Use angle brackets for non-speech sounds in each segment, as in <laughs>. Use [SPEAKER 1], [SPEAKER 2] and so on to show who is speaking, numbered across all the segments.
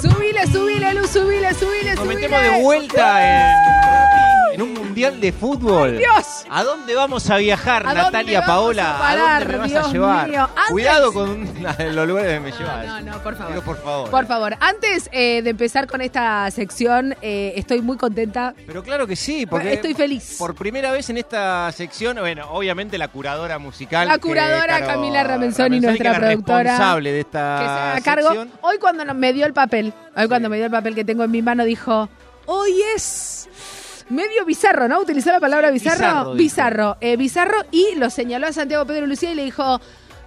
[SPEAKER 1] Subile, subile, Lu, subile, subile,
[SPEAKER 2] Nos
[SPEAKER 1] subile.
[SPEAKER 2] metemos de vuelta en, en un mundial de fútbol.
[SPEAKER 1] Dios.
[SPEAKER 2] ¿A dónde vamos a viajar,
[SPEAKER 1] ¿A dónde
[SPEAKER 2] Natalia
[SPEAKER 1] vamos
[SPEAKER 2] Paola?
[SPEAKER 1] a parar?
[SPEAKER 2] ¿A dónde me vas
[SPEAKER 1] Dios
[SPEAKER 2] a llevar?
[SPEAKER 1] mío. Antes-
[SPEAKER 2] Cuidado con los lugares que me llevas.
[SPEAKER 1] No, no, por favor.
[SPEAKER 2] Digo, por favor.
[SPEAKER 1] Por favor, antes eh, de empezar con esta sección, eh, estoy muy contenta.
[SPEAKER 2] Pero claro que sí, porque
[SPEAKER 1] Estoy feliz.
[SPEAKER 2] Por primera vez en esta sección, bueno, obviamente la curadora musical.
[SPEAKER 1] La
[SPEAKER 2] que
[SPEAKER 1] curadora
[SPEAKER 2] Caro
[SPEAKER 1] Camila Ramenzoni,
[SPEAKER 2] que
[SPEAKER 1] nuestra
[SPEAKER 2] es la
[SPEAKER 1] productora,
[SPEAKER 2] responsable de
[SPEAKER 1] Que
[SPEAKER 2] esta
[SPEAKER 1] se haga cargo.
[SPEAKER 2] Ah, sección.
[SPEAKER 1] Hoy cuando no- me dio el papel, hoy cuando me dio el papel que tengo en mi mano, dijo, hoy es medio bizarro, ¿no? Utilizó la palabra
[SPEAKER 2] Bizarro,
[SPEAKER 1] bizarro.
[SPEAKER 2] dijo.
[SPEAKER 1] Bizarro. eh, bizarro y lo señaló a Santiago Pedro Lucía y le dijo...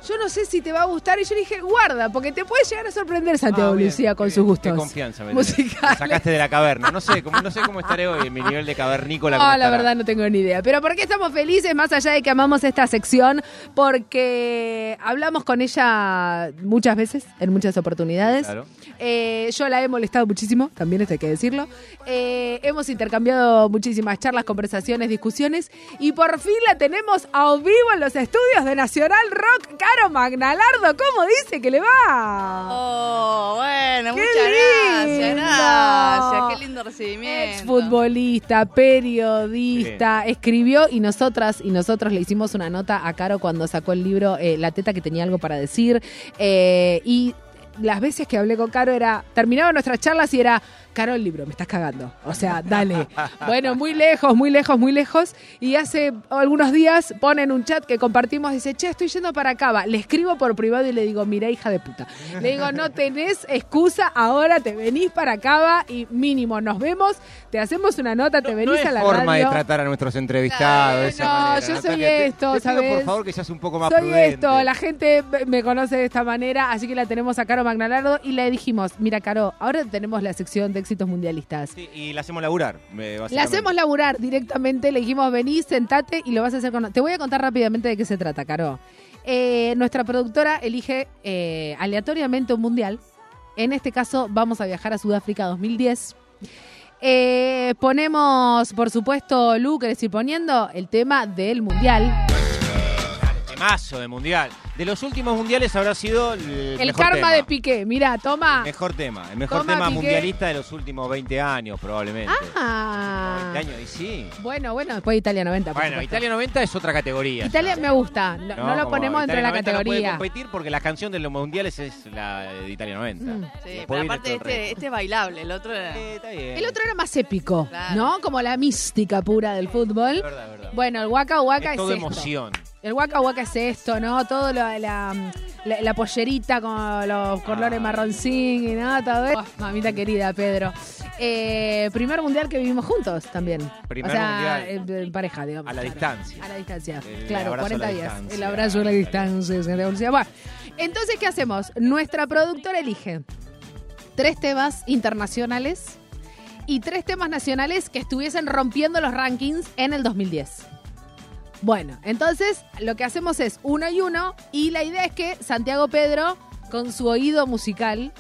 [SPEAKER 1] Yo no sé si te va a gustar. Y yo le dije, guarda, porque te puede llegar a sorprender Santiago
[SPEAKER 2] Ah, bien,
[SPEAKER 1] Lucía con
[SPEAKER 2] qué
[SPEAKER 1] sus
[SPEAKER 2] bien,
[SPEAKER 1] gustos.
[SPEAKER 2] Qué confianza, me tenés. Me
[SPEAKER 1] musicales.
[SPEAKER 2] sacaste de la caverna. No sé, cómo, no sé cómo estaré hoy en mi nivel de cavernícola.
[SPEAKER 1] Ah,
[SPEAKER 2] cómo
[SPEAKER 1] la
[SPEAKER 2] estará.
[SPEAKER 1] verdad no tengo ni idea. Pero ¿por qué estamos felices más allá de que amamos esta sección? Porque hablamos con ella muchas veces, en muchas oportunidades.
[SPEAKER 2] Claro.
[SPEAKER 1] Eh, yo la he molestado muchísimo, también esto hay que decirlo. Eh, hemos intercambiado muchísimas charlas, conversaciones, discusiones. Y por fin la tenemos a vivo en los estudios de Nacional Rock. Caro Magnalardo, ¿cómo dice que le va?
[SPEAKER 3] Oh, bueno,
[SPEAKER 1] ¡Qué
[SPEAKER 3] muchas
[SPEAKER 1] lindo!
[SPEAKER 3] gracias, gracias. Qué lindo recibimiento.
[SPEAKER 1] Ex futbolista, periodista, escribió y nosotras y nosotros le hicimos una nota a Caro cuando sacó el libro eh, La teta que tenía algo para decir eh, y las veces que hablé con Caro era terminaba nuestras charlas y era Caro el libro, me estás cagando, o sea,
[SPEAKER 2] <laughs>
[SPEAKER 1] dale. bueno, muy lejos, muy lejos, muy lejos y hace algunos días ponen un chat que compartimos dice, "Che, estoy yendo para Cava." Le escribo por privado y le digo, "Mira, hija de puta." Le digo, "No tenés excusa, ahora te venís para Cava y mínimo nos vemos, te hacemos una nota, te
[SPEAKER 2] No-
[SPEAKER 1] venís
[SPEAKER 2] no
[SPEAKER 1] a
[SPEAKER 2] es
[SPEAKER 1] la
[SPEAKER 2] forma
[SPEAKER 1] radio."
[SPEAKER 2] de tratar a nuestros entrevistados. de esa
[SPEAKER 1] No,
[SPEAKER 2] manera,
[SPEAKER 1] yo soy
[SPEAKER 2] Natalia. Te-
[SPEAKER 1] esto,
[SPEAKER 2] te pido,
[SPEAKER 1] ¿sabés?
[SPEAKER 2] por favor, que seas un poco más
[SPEAKER 1] Soy
[SPEAKER 2] prudente.
[SPEAKER 1] esto, la gente me conoce de esta manera, así que la tenemos a Caro Magnalardo y le dijimos, mira Caro, ahora tenemos la sección de éxitos mundialistas.
[SPEAKER 2] Sí, y la hacemos laburar. eh, básicamente.
[SPEAKER 1] La hacemos laburar directamente, le dijimos, vení, sentate y lo vas a hacer con... Te voy a contar rápidamente de qué se trata, Caro. Eh, nuestra productora elige eh, aleatoriamente un mundial. En este caso vamos a viajar a Sudáfrica 2010. Eh, ponemos, por supuesto, Lu, querés ir poniendo el tema del mundial.
[SPEAKER 2] Temazo de mundial. De los últimos mundiales habrá sido el,
[SPEAKER 1] El
[SPEAKER 2] mejor
[SPEAKER 1] karma
[SPEAKER 2] tema.
[SPEAKER 1] de Piqué, mira, toma.
[SPEAKER 2] Mejor tema. El mejor
[SPEAKER 1] Toma,
[SPEAKER 2] tema
[SPEAKER 1] Piqué.
[SPEAKER 2] mundialista de los últimos 20 años, probablemente. 20
[SPEAKER 1] Ah.
[SPEAKER 2] años, y sí.
[SPEAKER 1] Bueno, bueno, después Italia 90. por
[SPEAKER 2] Bueno,
[SPEAKER 1] supuesto.
[SPEAKER 2] Italia 90 es otra categoría.
[SPEAKER 1] Italia me gusta, no, no lo
[SPEAKER 2] como
[SPEAKER 1] ponemos dentro de
[SPEAKER 2] Italia
[SPEAKER 1] la
[SPEAKER 2] 90 No
[SPEAKER 1] categoría.
[SPEAKER 2] puede competir porque la canción de los mundiales es la de Italia 90.
[SPEAKER 1] Mm.
[SPEAKER 3] Sí,
[SPEAKER 2] Después
[SPEAKER 3] pero
[SPEAKER 2] viene
[SPEAKER 3] aparte
[SPEAKER 2] todo el
[SPEAKER 3] este, este es bailable, el otro era...
[SPEAKER 2] resto. Eh, está bien.
[SPEAKER 1] el otro era más épico,
[SPEAKER 3] Claro.
[SPEAKER 1] ¿no? Como la mística pura del fútbol.
[SPEAKER 2] Verdad, verdad.
[SPEAKER 1] Bueno, el Waka Waka
[SPEAKER 2] es
[SPEAKER 1] es,
[SPEAKER 2] todo
[SPEAKER 1] esto.
[SPEAKER 2] emoción.
[SPEAKER 1] El Waka Waka es esto, ¿no? Todo lo- la, la- la pollerita con los colores
[SPEAKER 2] Ah.
[SPEAKER 1] marroncín y nada, todo eso. Oh, mamita querida, Pedro. Eh, primer mundial que vivimos juntos también.
[SPEAKER 2] Primer
[SPEAKER 1] o sea,
[SPEAKER 2] mundial.
[SPEAKER 1] eh, en pareja, digamos.
[SPEAKER 2] A la
[SPEAKER 1] claro.
[SPEAKER 2] distancia.
[SPEAKER 1] A la distancia,
[SPEAKER 2] El
[SPEAKER 1] claro,
[SPEAKER 2] abrazo a
[SPEAKER 1] 40
[SPEAKER 2] la
[SPEAKER 1] días.
[SPEAKER 2] distancia.
[SPEAKER 1] El abrazo a la distancia. Santiago Lucía. Bueno, entonces, ¿qué hacemos? Nuestra productora elige tres temas internacionales y tres temas nacionales que estuviesen rompiendo los rankings en el 2010. Bueno, entonces lo que hacemos es uno y uno y la idea es que Santiago Pedro, con su oído musical,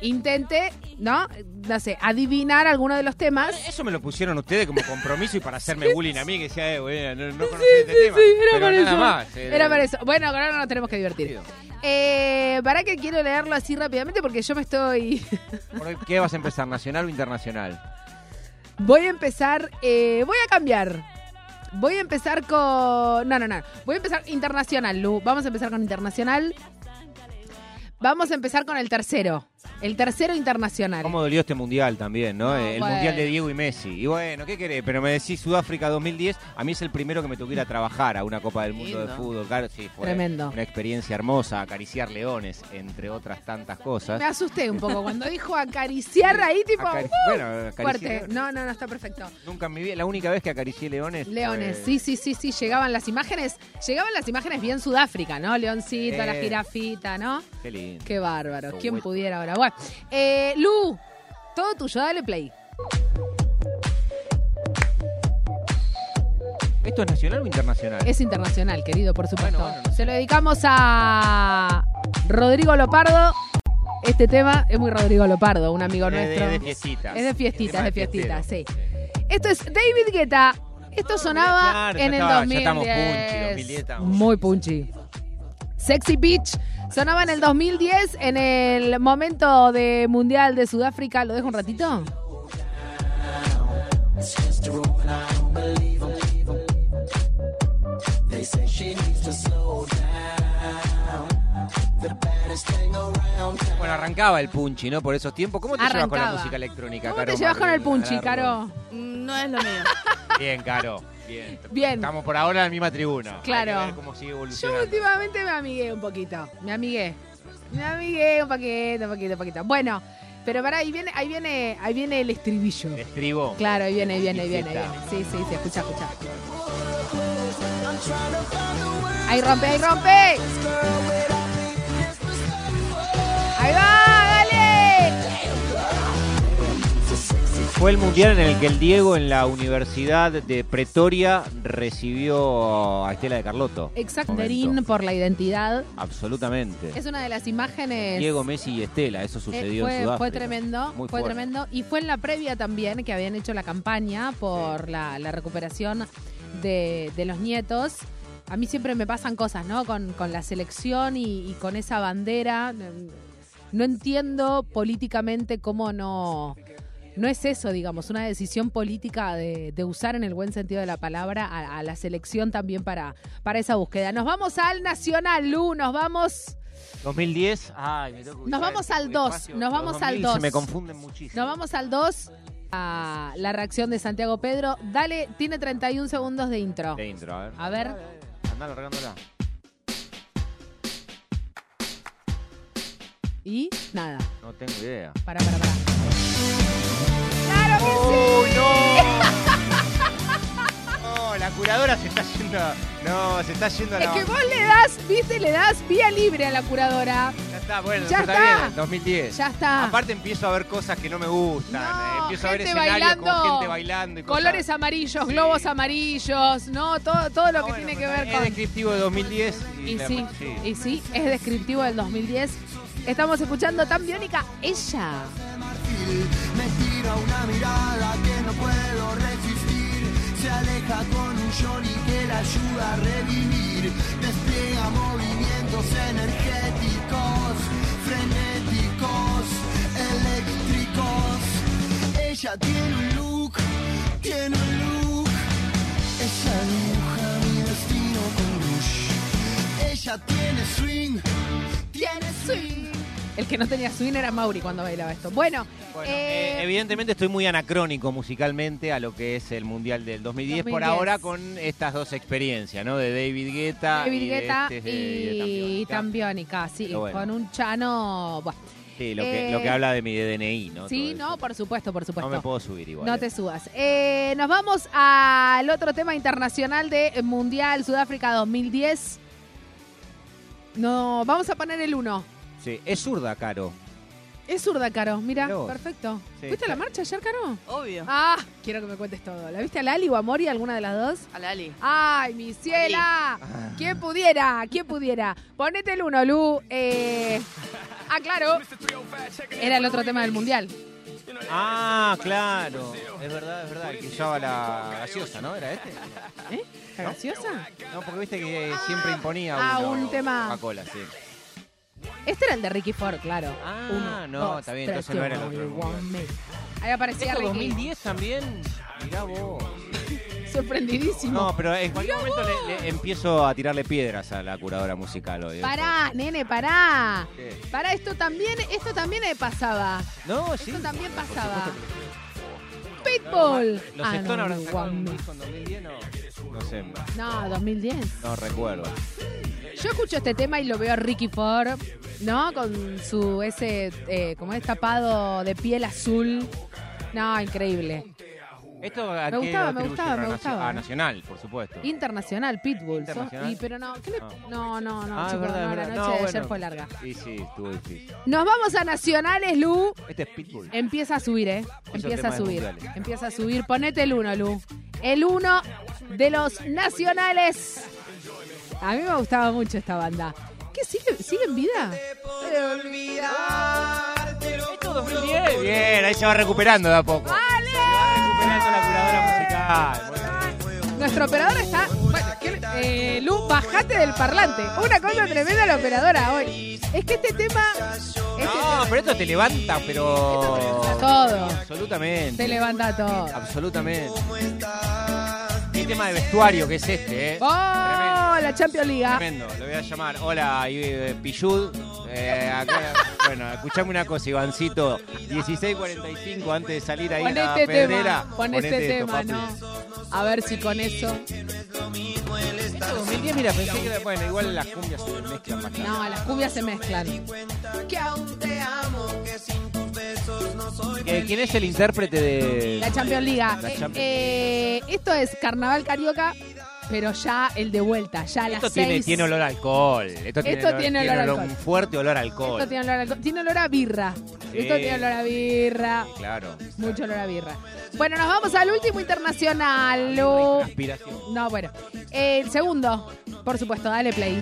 [SPEAKER 1] intente, ¿no? No sé, adivinar alguno de los temas.
[SPEAKER 2] Eso me lo pusieron ustedes como compromiso y para hacerme bullying a mí, que decía, eh, güey, no, no conocés este tema.
[SPEAKER 1] Sí, era
[SPEAKER 2] Pero
[SPEAKER 1] para
[SPEAKER 2] nada
[SPEAKER 1] eso.
[SPEAKER 2] más. eh,
[SPEAKER 1] Era para eso. Bueno, ahora nos tenemos que divertir. Eh, para que quiero leerlo así rápidamente porque yo me estoy. <laughs>
[SPEAKER 2] ¿Por qué vas a empezar, nacional o internacional?
[SPEAKER 1] Voy a empezar. eh, voy a cambiar. Voy a empezar con. No, no, no. Voy a empezar internacional, Lu. Vamos a empezar con internacional. Vamos a empezar con el tercero. El tercero internacional.
[SPEAKER 2] ¿Cómo dolió este mundial también, no? Eh,
[SPEAKER 1] No,
[SPEAKER 2] el
[SPEAKER 1] bueno.
[SPEAKER 2] mundial de Diego y Messi. Y bueno, ¿qué querés? Pero me decís Sudáfrica 2010. A mí es el primero que me tocó ir a trabajar a una Copa del Mundo de
[SPEAKER 3] Lindo.
[SPEAKER 2] Fútbol. Claro, sí, fue
[SPEAKER 1] Tremendo.
[SPEAKER 2] una experiencia hermosa, acariciar leones, entre otras tantas cosas.
[SPEAKER 1] Me asusté un poco cuando dijo acariciar ahí, tipo.
[SPEAKER 2] Acari-
[SPEAKER 1] ¡uh!
[SPEAKER 2] bueno, acaricié
[SPEAKER 1] fuerte.
[SPEAKER 2] leones.
[SPEAKER 1] No, no, no, está perfecto.
[SPEAKER 2] Nunca en mi vida, la única vez que acaricié leones.
[SPEAKER 1] Leones,
[SPEAKER 2] fue-
[SPEAKER 1] sí, sí, sí, sí, llegaban las imágenes, llegaban las imágenes bien Sudáfrica, ¿no? Leoncito, la
[SPEAKER 2] Sí.
[SPEAKER 1] jirafita, ¿no?
[SPEAKER 2] Qué lindo.
[SPEAKER 1] Qué bárbaro,
[SPEAKER 2] Lo
[SPEAKER 1] ¿quién
[SPEAKER 2] bueno.
[SPEAKER 1] pudiera ahora? Bueno, eh, Lu, todo tuyo, dale play.
[SPEAKER 2] ¿Esto es nacional o internacional?
[SPEAKER 1] Es internacional, querido, por supuesto.
[SPEAKER 2] Bueno, bueno, no sé.
[SPEAKER 1] Se lo dedicamos a Rodrigo Lopardo. Este tema es muy Rodrigo Lopardo, un amigo
[SPEAKER 2] Es de-
[SPEAKER 1] nuestro.
[SPEAKER 2] de fiestitas.
[SPEAKER 1] Es de fiestitas,
[SPEAKER 2] Tema
[SPEAKER 1] de fiestitas,
[SPEAKER 2] fiestero.
[SPEAKER 1] Esto es David Guetta. Esto sonaba
[SPEAKER 2] Ah, Claro, ya
[SPEAKER 1] en el
[SPEAKER 2] estaba- ya
[SPEAKER 1] 2010.
[SPEAKER 2] estamos punchi, 2010 estamos.
[SPEAKER 1] Muy punchi. Sexy Beach. Sonaba en el 2010, en el momento de Mundial de Sudáfrica. ¿Lo dejo un ratito?
[SPEAKER 2] Bueno, arrancaba el punchi, ¿no? Por esos tiempos. ¿Cómo te llevas con
[SPEAKER 1] Arrancaba.
[SPEAKER 2] la música electrónica,
[SPEAKER 1] ¿Cómo
[SPEAKER 2] Caro?
[SPEAKER 1] te llevas con el
[SPEAKER 2] Martín?
[SPEAKER 1] punchi, Caro?
[SPEAKER 3] Mm, No es lo
[SPEAKER 1] <laughs>
[SPEAKER 3] mío.
[SPEAKER 2] Bien, Caro. Bien.
[SPEAKER 1] Bien.
[SPEAKER 2] Estamos por ahora en la misma tribuna.
[SPEAKER 1] Claro.
[SPEAKER 2] Hay que ver cómo sigue
[SPEAKER 1] Yo
[SPEAKER 2] evolucionando.
[SPEAKER 1] últimamente me amigué un poquito. Me amigué. Me amigué un paquete, un paquete, un paquito. Bueno, pero pará, ahí viene, ahí viene, ahí viene el estribillo.
[SPEAKER 2] Estribo.
[SPEAKER 1] Claro, ahí viene, ahí viene, ahí viene, ahí
[SPEAKER 2] Bicicleta.
[SPEAKER 1] viene. Sí, sí, sí, escucha, escucha. Ahí rompe, ahí rompe. Ahí va, dale.
[SPEAKER 2] Fue el mundial en el que el Diego en la Universidad de Pretoria recibió a Estela de Carlotto.
[SPEAKER 1] Exacto.
[SPEAKER 2] Momento.
[SPEAKER 1] Darín por la identidad.
[SPEAKER 2] Absolutamente.
[SPEAKER 1] Es una de las imágenes.
[SPEAKER 2] Diego Messi y Estela, eso
[SPEAKER 1] Eh,
[SPEAKER 2] sucedió
[SPEAKER 1] fue,
[SPEAKER 2] en Sudáfrica.
[SPEAKER 1] fue tremendo,
[SPEAKER 2] Muy
[SPEAKER 1] fue
[SPEAKER 2] fuerte.
[SPEAKER 1] tremendo. Y fue en la previa también que habían hecho la campaña por la, la recuperación de, de los nietos. A mí siempre me pasan cosas, ¿no? Con, con la selección y, y con esa bandera. No entiendo políticamente cómo no. No es eso, digamos, una decisión política de, de usar en el buen sentido de la palabra a, a la selección también para, para esa búsqueda. Nos vamos al Nacional Lu, nos vamos
[SPEAKER 2] 2010. Ay, me tengo que
[SPEAKER 1] Nos
[SPEAKER 2] ubicar
[SPEAKER 1] vamos
[SPEAKER 2] en
[SPEAKER 1] al
[SPEAKER 2] un
[SPEAKER 1] dos,
[SPEAKER 2] espacio.
[SPEAKER 1] nos
[SPEAKER 2] Los
[SPEAKER 1] vamos al
[SPEAKER 2] 2000
[SPEAKER 1] dos.
[SPEAKER 2] Se me confunden muchísimo.
[SPEAKER 1] Nos vamos al 2, a la reacción de Santiago Pedro. Dale, tiene 31 segundos de intro.
[SPEAKER 2] De intro, a ver.
[SPEAKER 1] A ver.
[SPEAKER 2] Andá largándola.
[SPEAKER 1] Y nada,
[SPEAKER 2] No tengo idea.
[SPEAKER 1] para, para, para.
[SPEAKER 2] ¡Uy,
[SPEAKER 1] <laughs>
[SPEAKER 2] no! No, la curadora se está yendo. No, se está yendo a
[SPEAKER 1] Es
[SPEAKER 2] la.
[SPEAKER 1] que vos le das, viste, le das vía libre a la curadora.
[SPEAKER 2] Ya está, bueno,
[SPEAKER 1] Ya
[SPEAKER 2] pero
[SPEAKER 1] está.
[SPEAKER 2] bien, 2010.
[SPEAKER 1] Ya está.
[SPEAKER 2] Aparte empiezo a ver cosas que no me gustan.
[SPEAKER 1] No,
[SPEAKER 2] eh, empiezo a ver
[SPEAKER 1] gente
[SPEAKER 2] escenarios
[SPEAKER 1] bailando,
[SPEAKER 2] con gente bailando y cosas.
[SPEAKER 1] Colores amarillos, globos
[SPEAKER 2] Sí.
[SPEAKER 1] amarillos, ¿no? Todo, todo lo
[SPEAKER 2] Ah,
[SPEAKER 1] que
[SPEAKER 2] bueno,
[SPEAKER 1] tiene que
[SPEAKER 2] pero
[SPEAKER 1] ver
[SPEAKER 2] es
[SPEAKER 1] con...
[SPEAKER 2] descriptivo de 2010.
[SPEAKER 1] Y
[SPEAKER 2] la-
[SPEAKER 1] sí, y sí, es descriptivo del 2010. Estamos escuchando tan biónica ella.
[SPEAKER 4] Me tira una mirada que no puedo resistir. Se aleja con un Johnny que la ayuda a revivir. Despliega movimientos energéticos, frenéticos, eléctricos. Ella tiene un look, tiene un look. Ella dibuja mi destino con luz. Ella tiene swing, tiene swing.
[SPEAKER 1] El que no tenía swing era Mauri cuando bailaba esto. Bueno,
[SPEAKER 2] Bueno,
[SPEAKER 1] eh,
[SPEAKER 2] eh, evidentemente estoy muy anacrónico musicalmente a lo que es el Mundial del 2010, por
[SPEAKER 1] 2010.
[SPEAKER 2] ahora con estas dos experiencias, ¿no? De David Guetta,
[SPEAKER 1] David
[SPEAKER 2] y de
[SPEAKER 1] Guetta
[SPEAKER 2] este, eh,
[SPEAKER 1] y
[SPEAKER 2] de Tambión.
[SPEAKER 1] Tambiónica, sí,
[SPEAKER 2] Pero bueno.
[SPEAKER 1] con un chano. buah.
[SPEAKER 2] Sí, lo que,
[SPEAKER 1] Eh,
[SPEAKER 2] lo que habla de mi DNI, ¿no?
[SPEAKER 1] sí,
[SPEAKER 2] Todo
[SPEAKER 1] no,
[SPEAKER 2] eso.
[SPEAKER 1] por supuesto, por
[SPEAKER 2] No
[SPEAKER 1] supuesto.
[SPEAKER 2] me puedo subir igual.
[SPEAKER 1] No
[SPEAKER 2] eh.
[SPEAKER 1] te subas. Eh, nos vamos al otro tema internacional de Mundial Sudáfrica 2010. No, vamos a poner el 1.
[SPEAKER 2] Sí, es zurda, Caro.
[SPEAKER 1] Es zurda, Caro. Mira,
[SPEAKER 2] Mirá vos.
[SPEAKER 1] perfecto.
[SPEAKER 2] Sí,
[SPEAKER 1] ¿Fuiste a la
[SPEAKER 2] está-
[SPEAKER 1] marcha ayer, Caro?
[SPEAKER 3] Obvio.
[SPEAKER 1] Ah, quiero que me cuentes todo. ¿La viste a Lali o a Mori, alguna de las dos?
[SPEAKER 3] A Lali.
[SPEAKER 1] ¡Ay, mi ciela! ¿Quién pudiera? ¿Quién pudiera? Ponete el uno, Lu. Eh, ah, claro. Era el otro tema del mundial.
[SPEAKER 2] Ah, claro. Es verdad, es verdad. El que usaba la gaseosa, ¿no? ¿Era este?
[SPEAKER 1] ¿Eh? ¿Está graciosa?
[SPEAKER 2] No, porque viste que siempre imponía
[SPEAKER 1] Ah,
[SPEAKER 2] uno
[SPEAKER 1] un tema.
[SPEAKER 2] Coca-Cola, sí.
[SPEAKER 1] Este era el de Ricky Ford, claro.
[SPEAKER 2] Ah, no, está bien, entonces no era el otro del mundial.
[SPEAKER 1] Ahí aparecía
[SPEAKER 2] ¿Eso
[SPEAKER 1] Ricky.
[SPEAKER 2] 2010 también? Mirá vos.
[SPEAKER 1] Sorprendidísimo.
[SPEAKER 2] No, pero en cualquier momento le, le empiezo a tirarle piedras a la curadora musical hoy. eh.
[SPEAKER 1] Pará, nene, pará.
[SPEAKER 2] ¿Qué?
[SPEAKER 1] Pará, esto también, esto también eh, pasaba.
[SPEAKER 2] No, sí.
[SPEAKER 1] Esto también
[SPEAKER 2] por
[SPEAKER 1] pasaba.
[SPEAKER 2] supuesto que-
[SPEAKER 1] Pitbull.
[SPEAKER 2] Los
[SPEAKER 1] Ah,
[SPEAKER 2] Stone
[SPEAKER 1] no,
[SPEAKER 2] habrán sacado un
[SPEAKER 1] guau.
[SPEAKER 2] disco en 2010, no. No sé,
[SPEAKER 1] No, 2010.
[SPEAKER 2] no recuerdo.
[SPEAKER 1] Yo escucho este tema y lo veo a Ricky Ford, ¿no? Con su ese, eh, como es tapado de piel azul. No, increíble.
[SPEAKER 2] Esto a
[SPEAKER 1] Me
[SPEAKER 2] qué
[SPEAKER 1] gustaba, me
[SPEAKER 2] atribuyen?
[SPEAKER 1] gustaba, me
[SPEAKER 2] A nacio-
[SPEAKER 1] gustaba,
[SPEAKER 2] A
[SPEAKER 1] eh.
[SPEAKER 2] Nacional, por supuesto.
[SPEAKER 1] Internacional, Pitbull. sos-
[SPEAKER 2] Internacional.
[SPEAKER 1] y- pero no, ¿qué le-
[SPEAKER 2] Ah.
[SPEAKER 1] no, no, no,
[SPEAKER 2] Ah, es
[SPEAKER 1] chicos,
[SPEAKER 2] verdad,
[SPEAKER 1] no,
[SPEAKER 2] es
[SPEAKER 1] la
[SPEAKER 2] verdad.
[SPEAKER 1] noche
[SPEAKER 2] No,
[SPEAKER 1] de
[SPEAKER 2] bueno.
[SPEAKER 1] ayer fue larga.
[SPEAKER 2] Sí, sí, estuvo difícil.
[SPEAKER 1] Nos vamos a Nacionales, Lu.
[SPEAKER 2] Este es Pitbull.
[SPEAKER 1] Empieza a subir, ¿eh? Empieza a
[SPEAKER 2] temas
[SPEAKER 1] subir.
[SPEAKER 2] mundiales.
[SPEAKER 1] Empieza a subir. Ponete el uno, Lu. El uno de los Nacionales. A mí me gustaba mucho esta banda. ¿Qué sigue, sigue en vida?
[SPEAKER 2] Esto 2010. Bien, ahí se va recuperando de a poco.
[SPEAKER 1] ¡Vale! Este
[SPEAKER 2] Se va recuperando la curadora musical. Bueno.
[SPEAKER 1] Nuestro operador está. Bueno, ¿qué le- eh, Lu, bajate del parlante. Una cosa tremenda la operadora hoy. Es que este tema. este
[SPEAKER 2] No,
[SPEAKER 1] tema
[SPEAKER 2] pero esto te levanta, pero.
[SPEAKER 1] Todo.
[SPEAKER 2] Absolutamente.
[SPEAKER 1] te levanta todo.
[SPEAKER 2] Absolutamente. Qué tema de vestuario que es este, ¿eh?
[SPEAKER 1] ¡Oh! La Champions League.
[SPEAKER 2] Tremendo, lo voy a llamar. Hola, eh, Pillud. Eh, acá- bueno, escuchame una cosa, Ivancito. 16.45 antes de salir ahí
[SPEAKER 1] Con
[SPEAKER 2] a la
[SPEAKER 1] este
[SPEAKER 2] pedrera,
[SPEAKER 1] tema. Con
[SPEAKER 2] ponete
[SPEAKER 1] este
[SPEAKER 2] esto,
[SPEAKER 1] tema,
[SPEAKER 2] papi.
[SPEAKER 1] ¿no? A ver si con eso.
[SPEAKER 2] Esto 2010, mira, pensé que era- bueno, igual las cumbias se mezclan bastante.
[SPEAKER 1] No, las cubias se mezclan. Que aún te amo.
[SPEAKER 2] Eh, ¿Quién es el intérprete de...?
[SPEAKER 1] La Champions League.
[SPEAKER 2] La
[SPEAKER 1] Eh,
[SPEAKER 2] Champions.
[SPEAKER 1] eh, esto es Carnaval Carioca, pero ya el de vuelta, ya a las
[SPEAKER 2] Esto tiene,
[SPEAKER 1] seis.
[SPEAKER 2] tiene olor a alcohol. Esto tiene,
[SPEAKER 1] Esto
[SPEAKER 2] olor,
[SPEAKER 1] tiene olor a alcohol.
[SPEAKER 2] Un fuerte olor a alcohol.
[SPEAKER 1] Esto tiene olor a, alcohol. Tiene olor a birra.
[SPEAKER 2] Sí.
[SPEAKER 1] Esto tiene olor a birra.
[SPEAKER 2] Sí, Claro.
[SPEAKER 1] Mucho olor a birra. Bueno, nos vamos al último internacional. Lu.
[SPEAKER 2] Aspiración.
[SPEAKER 1] No, bueno. Eh, El segundo, por supuesto, dale play.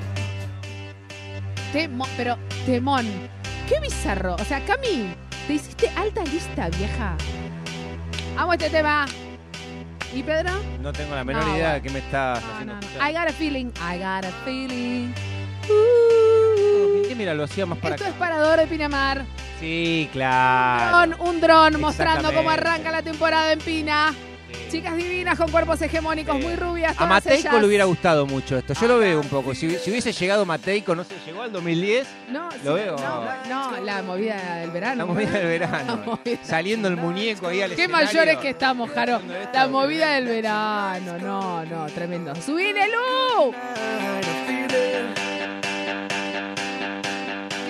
[SPEAKER 1] Temo- pero, temón. Qué bizarro. O sea, Cami, te hiciste alta lista, vieja. Amo este tema. ¿Y Pedro?
[SPEAKER 2] No tengo la menor
[SPEAKER 1] No,
[SPEAKER 2] idea de
[SPEAKER 1] bueno.
[SPEAKER 2] qué me estás
[SPEAKER 1] No,
[SPEAKER 2] haciendo
[SPEAKER 1] no, no. I
[SPEAKER 2] escuchar.
[SPEAKER 1] got a feeling, I got a feeling.
[SPEAKER 2] Sí, mira, lo hacía más para
[SPEAKER 1] Esto
[SPEAKER 2] acá.
[SPEAKER 1] es Parador de Pinamar.
[SPEAKER 2] Sí, claro.
[SPEAKER 1] Con un dron mostrando cómo
[SPEAKER 2] Exactamente.
[SPEAKER 1] arranca la temporada en Pina.
[SPEAKER 2] Sí.
[SPEAKER 1] Chicas divinas con cuerpos hegemónicos
[SPEAKER 2] Sí.
[SPEAKER 1] muy rubias.
[SPEAKER 2] A
[SPEAKER 1] Todas
[SPEAKER 2] Mateico
[SPEAKER 1] ellas.
[SPEAKER 2] le hubiera gustado mucho esto. Yo lo veo un poco. Si, si hubiese llegado Mateico, no sé, llegó al 2010,
[SPEAKER 1] No, sí,
[SPEAKER 2] Lo veo.
[SPEAKER 1] No, no, la movida del verano.
[SPEAKER 2] la movida del verano.
[SPEAKER 1] La movida.
[SPEAKER 2] Saliendo el muñeco ahí al
[SPEAKER 1] Qué
[SPEAKER 2] escenario.
[SPEAKER 1] mayores que estamos, Jaro.
[SPEAKER 2] Haciendo esto.
[SPEAKER 1] La movida del verano. No, no, tremendo. ¡Subile, Lu!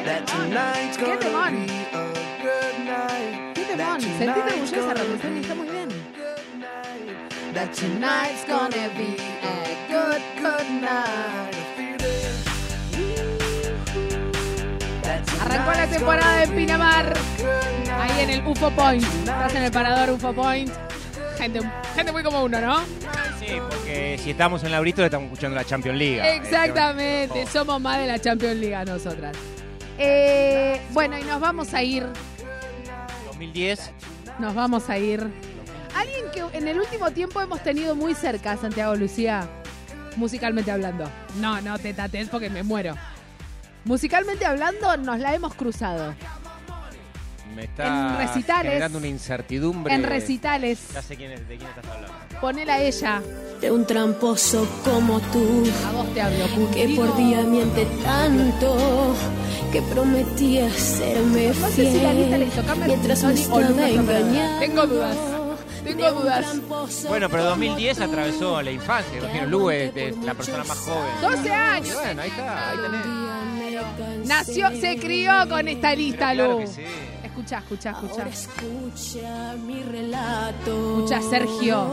[SPEAKER 4] That tonight's
[SPEAKER 1] Qué
[SPEAKER 4] gonna
[SPEAKER 1] temón.
[SPEAKER 4] be a good night.
[SPEAKER 1] ¡Qué temón!
[SPEAKER 4] That
[SPEAKER 1] Sentite
[SPEAKER 4] tonight's
[SPEAKER 1] orgullosa,
[SPEAKER 4] gonna
[SPEAKER 1] Rapunzel,
[SPEAKER 4] be
[SPEAKER 1] está muy bien.
[SPEAKER 4] good night. That tonight's gonna be a good, good night. I feel it. That
[SPEAKER 1] Arrancó la
[SPEAKER 4] tonight's
[SPEAKER 1] temporada de
[SPEAKER 4] gonna be
[SPEAKER 1] Pinamar.
[SPEAKER 4] a good night.
[SPEAKER 1] Ahí en el UFO Point. Estás en el parador UFO Point. Gente, gente muy como uno, ¿no?
[SPEAKER 2] Sí, porque si estamos en Laurito, le estamos escuchando la Champions League.
[SPEAKER 1] Exactamente,
[SPEAKER 2] Oh.
[SPEAKER 1] somos más de la Champions League nosotras. Eh, bueno, y nos vamos a ir,
[SPEAKER 2] 2010.
[SPEAKER 1] nos vamos a ir. Alguien que en el último tiempo hemos tenido muy cerca, Santiago Lucía, musicalmente hablando. No, no te tates porque me muero. Musicalmente hablando, nos la hemos cruzado.
[SPEAKER 2] Me está
[SPEAKER 1] En recitales.
[SPEAKER 2] generando una incertidumbre.
[SPEAKER 1] En recitales,
[SPEAKER 2] Ya sé quién es, de quién estás hablando.
[SPEAKER 1] ponela a ella.
[SPEAKER 5] de un tramposo como tú,
[SPEAKER 1] A vos te hablo,
[SPEAKER 5] que por día miente tanto, que prometía serme
[SPEAKER 1] No sé si la lista le
[SPEAKER 5] fiel,
[SPEAKER 1] hizo Carmen
[SPEAKER 5] mientras me
[SPEAKER 1] Pisoni o
[SPEAKER 5] estaba
[SPEAKER 1] Lucas Lombardi.
[SPEAKER 5] engañando.
[SPEAKER 1] Tengo dudas,
[SPEAKER 5] de
[SPEAKER 1] tengo
[SPEAKER 5] un
[SPEAKER 1] dudas.
[SPEAKER 5] tramposo
[SPEAKER 2] Bueno, pero
[SPEAKER 5] como
[SPEAKER 2] 2010
[SPEAKER 5] tú.
[SPEAKER 2] atravesó la infancia. Imagino, Lu es de- la persona más joven.
[SPEAKER 1] 12 años.
[SPEAKER 2] Y bueno, ahí está, ahí tenés.
[SPEAKER 1] Nació, se crió con esta lista,
[SPEAKER 2] Pero claro
[SPEAKER 1] Lu.
[SPEAKER 2] que sí.
[SPEAKER 1] Escucha, escucha, escucha.
[SPEAKER 5] Ahora escucha mi relato.
[SPEAKER 1] Escucha,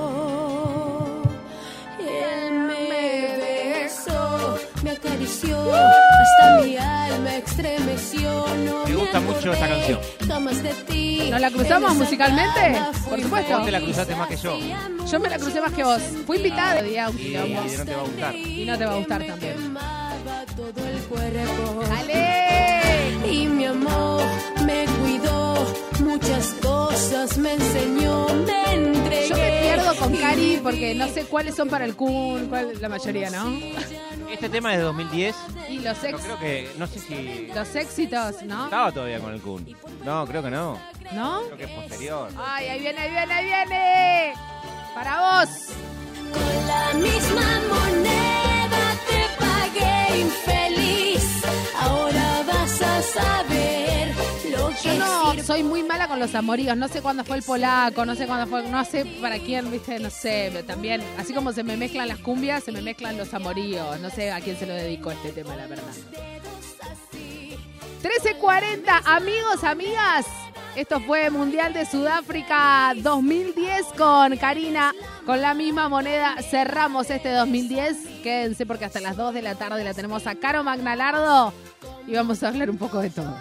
[SPEAKER 5] Sergio. Él me besó, me acarició,
[SPEAKER 1] ¡Uh!
[SPEAKER 5] hasta mi alma estremeció. No
[SPEAKER 2] Me gusta mucho esta
[SPEAKER 5] acordé
[SPEAKER 2] canción.
[SPEAKER 5] Jamás de ti.
[SPEAKER 1] ¿Nos la cruzamos
[SPEAKER 5] En esa
[SPEAKER 1] musicalmente?
[SPEAKER 5] cama
[SPEAKER 1] Por
[SPEAKER 5] fui
[SPEAKER 1] supuesto.
[SPEAKER 5] feliz,
[SPEAKER 1] Vos te
[SPEAKER 2] la cruzaste más que yo.
[SPEAKER 5] hacía
[SPEAKER 1] Yo me la crucé más que vos. Fui invitada de día a un
[SPEAKER 2] Y
[SPEAKER 1] quilombo.
[SPEAKER 2] no te va a gustar.
[SPEAKER 1] Y no te va a gustar también.
[SPEAKER 5] Me quemaba todo el cuerpo.
[SPEAKER 1] ¡Dale!
[SPEAKER 5] Y mi amor me cuidó, muchas cosas me enseñó, me entregué.
[SPEAKER 1] Yo me pierdo con
[SPEAKER 5] y
[SPEAKER 1] Cari
[SPEAKER 5] viví
[SPEAKER 1] porque no sé cuáles son para el Kun, cuál la mayoría, ¿no?
[SPEAKER 2] Este tema es de 2010.
[SPEAKER 1] Y los
[SPEAKER 2] No
[SPEAKER 1] ex,
[SPEAKER 2] creo que. No sé si.
[SPEAKER 1] los éxitos, ¿no?
[SPEAKER 2] Estaba todavía con el Kun. No, creo que no.
[SPEAKER 1] ¿No?
[SPEAKER 2] Creo que es posterior.
[SPEAKER 1] Ay, ahí viene, ahí viene, ahí viene. Para vos.
[SPEAKER 5] Con la misma moneda te pagué infeliz. Ahora vas a saber lo
[SPEAKER 1] Yo
[SPEAKER 5] que
[SPEAKER 1] no
[SPEAKER 5] sirve.
[SPEAKER 1] soy muy mala con los amoríos, no sé cuándo fue el polaco, no sé cuándo fue, no sé para quién, viste, no sé, pero también, así como se me mezclan las cumbias, se me mezclan los amoríos, no sé a quién se lo dedicó este tema, la verdad. 13.40, amigos, amigas, esto fue Mundial de Sudáfrica 2010 con Karina, con la misma moneda, cerramos este 2010, quédense porque hasta las 2 de la tarde la tenemos a Caro Magnalardo y vamos a hablar un poco de todo.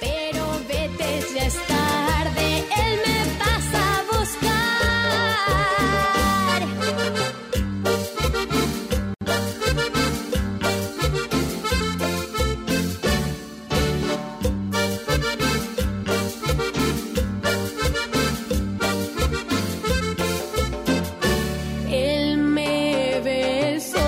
[SPEAKER 5] Pero vete, ya es tarde. Él me pasa a buscar. Él me besó,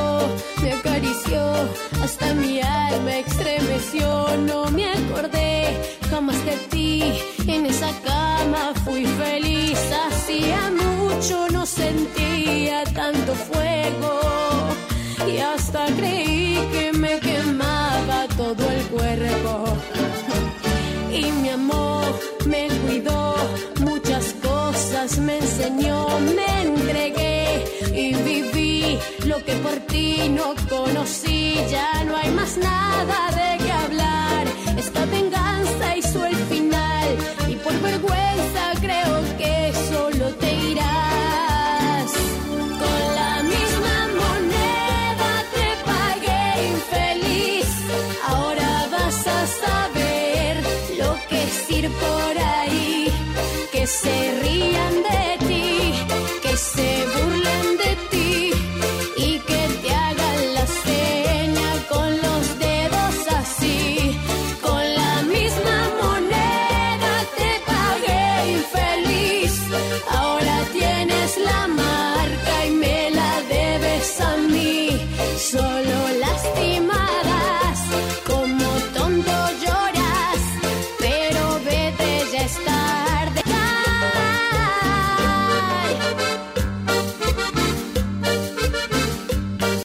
[SPEAKER 5] alma estremeció, no me acordé jamás de ti. En esa cama fui feliz, hacía mucho no sentía tanto fuego y hasta creí que me quemaba todo el cuerpo y mi amor me cuidó, muchas cosas me enseñó, me entregué y viví lo que por ti no conocí, ya no hay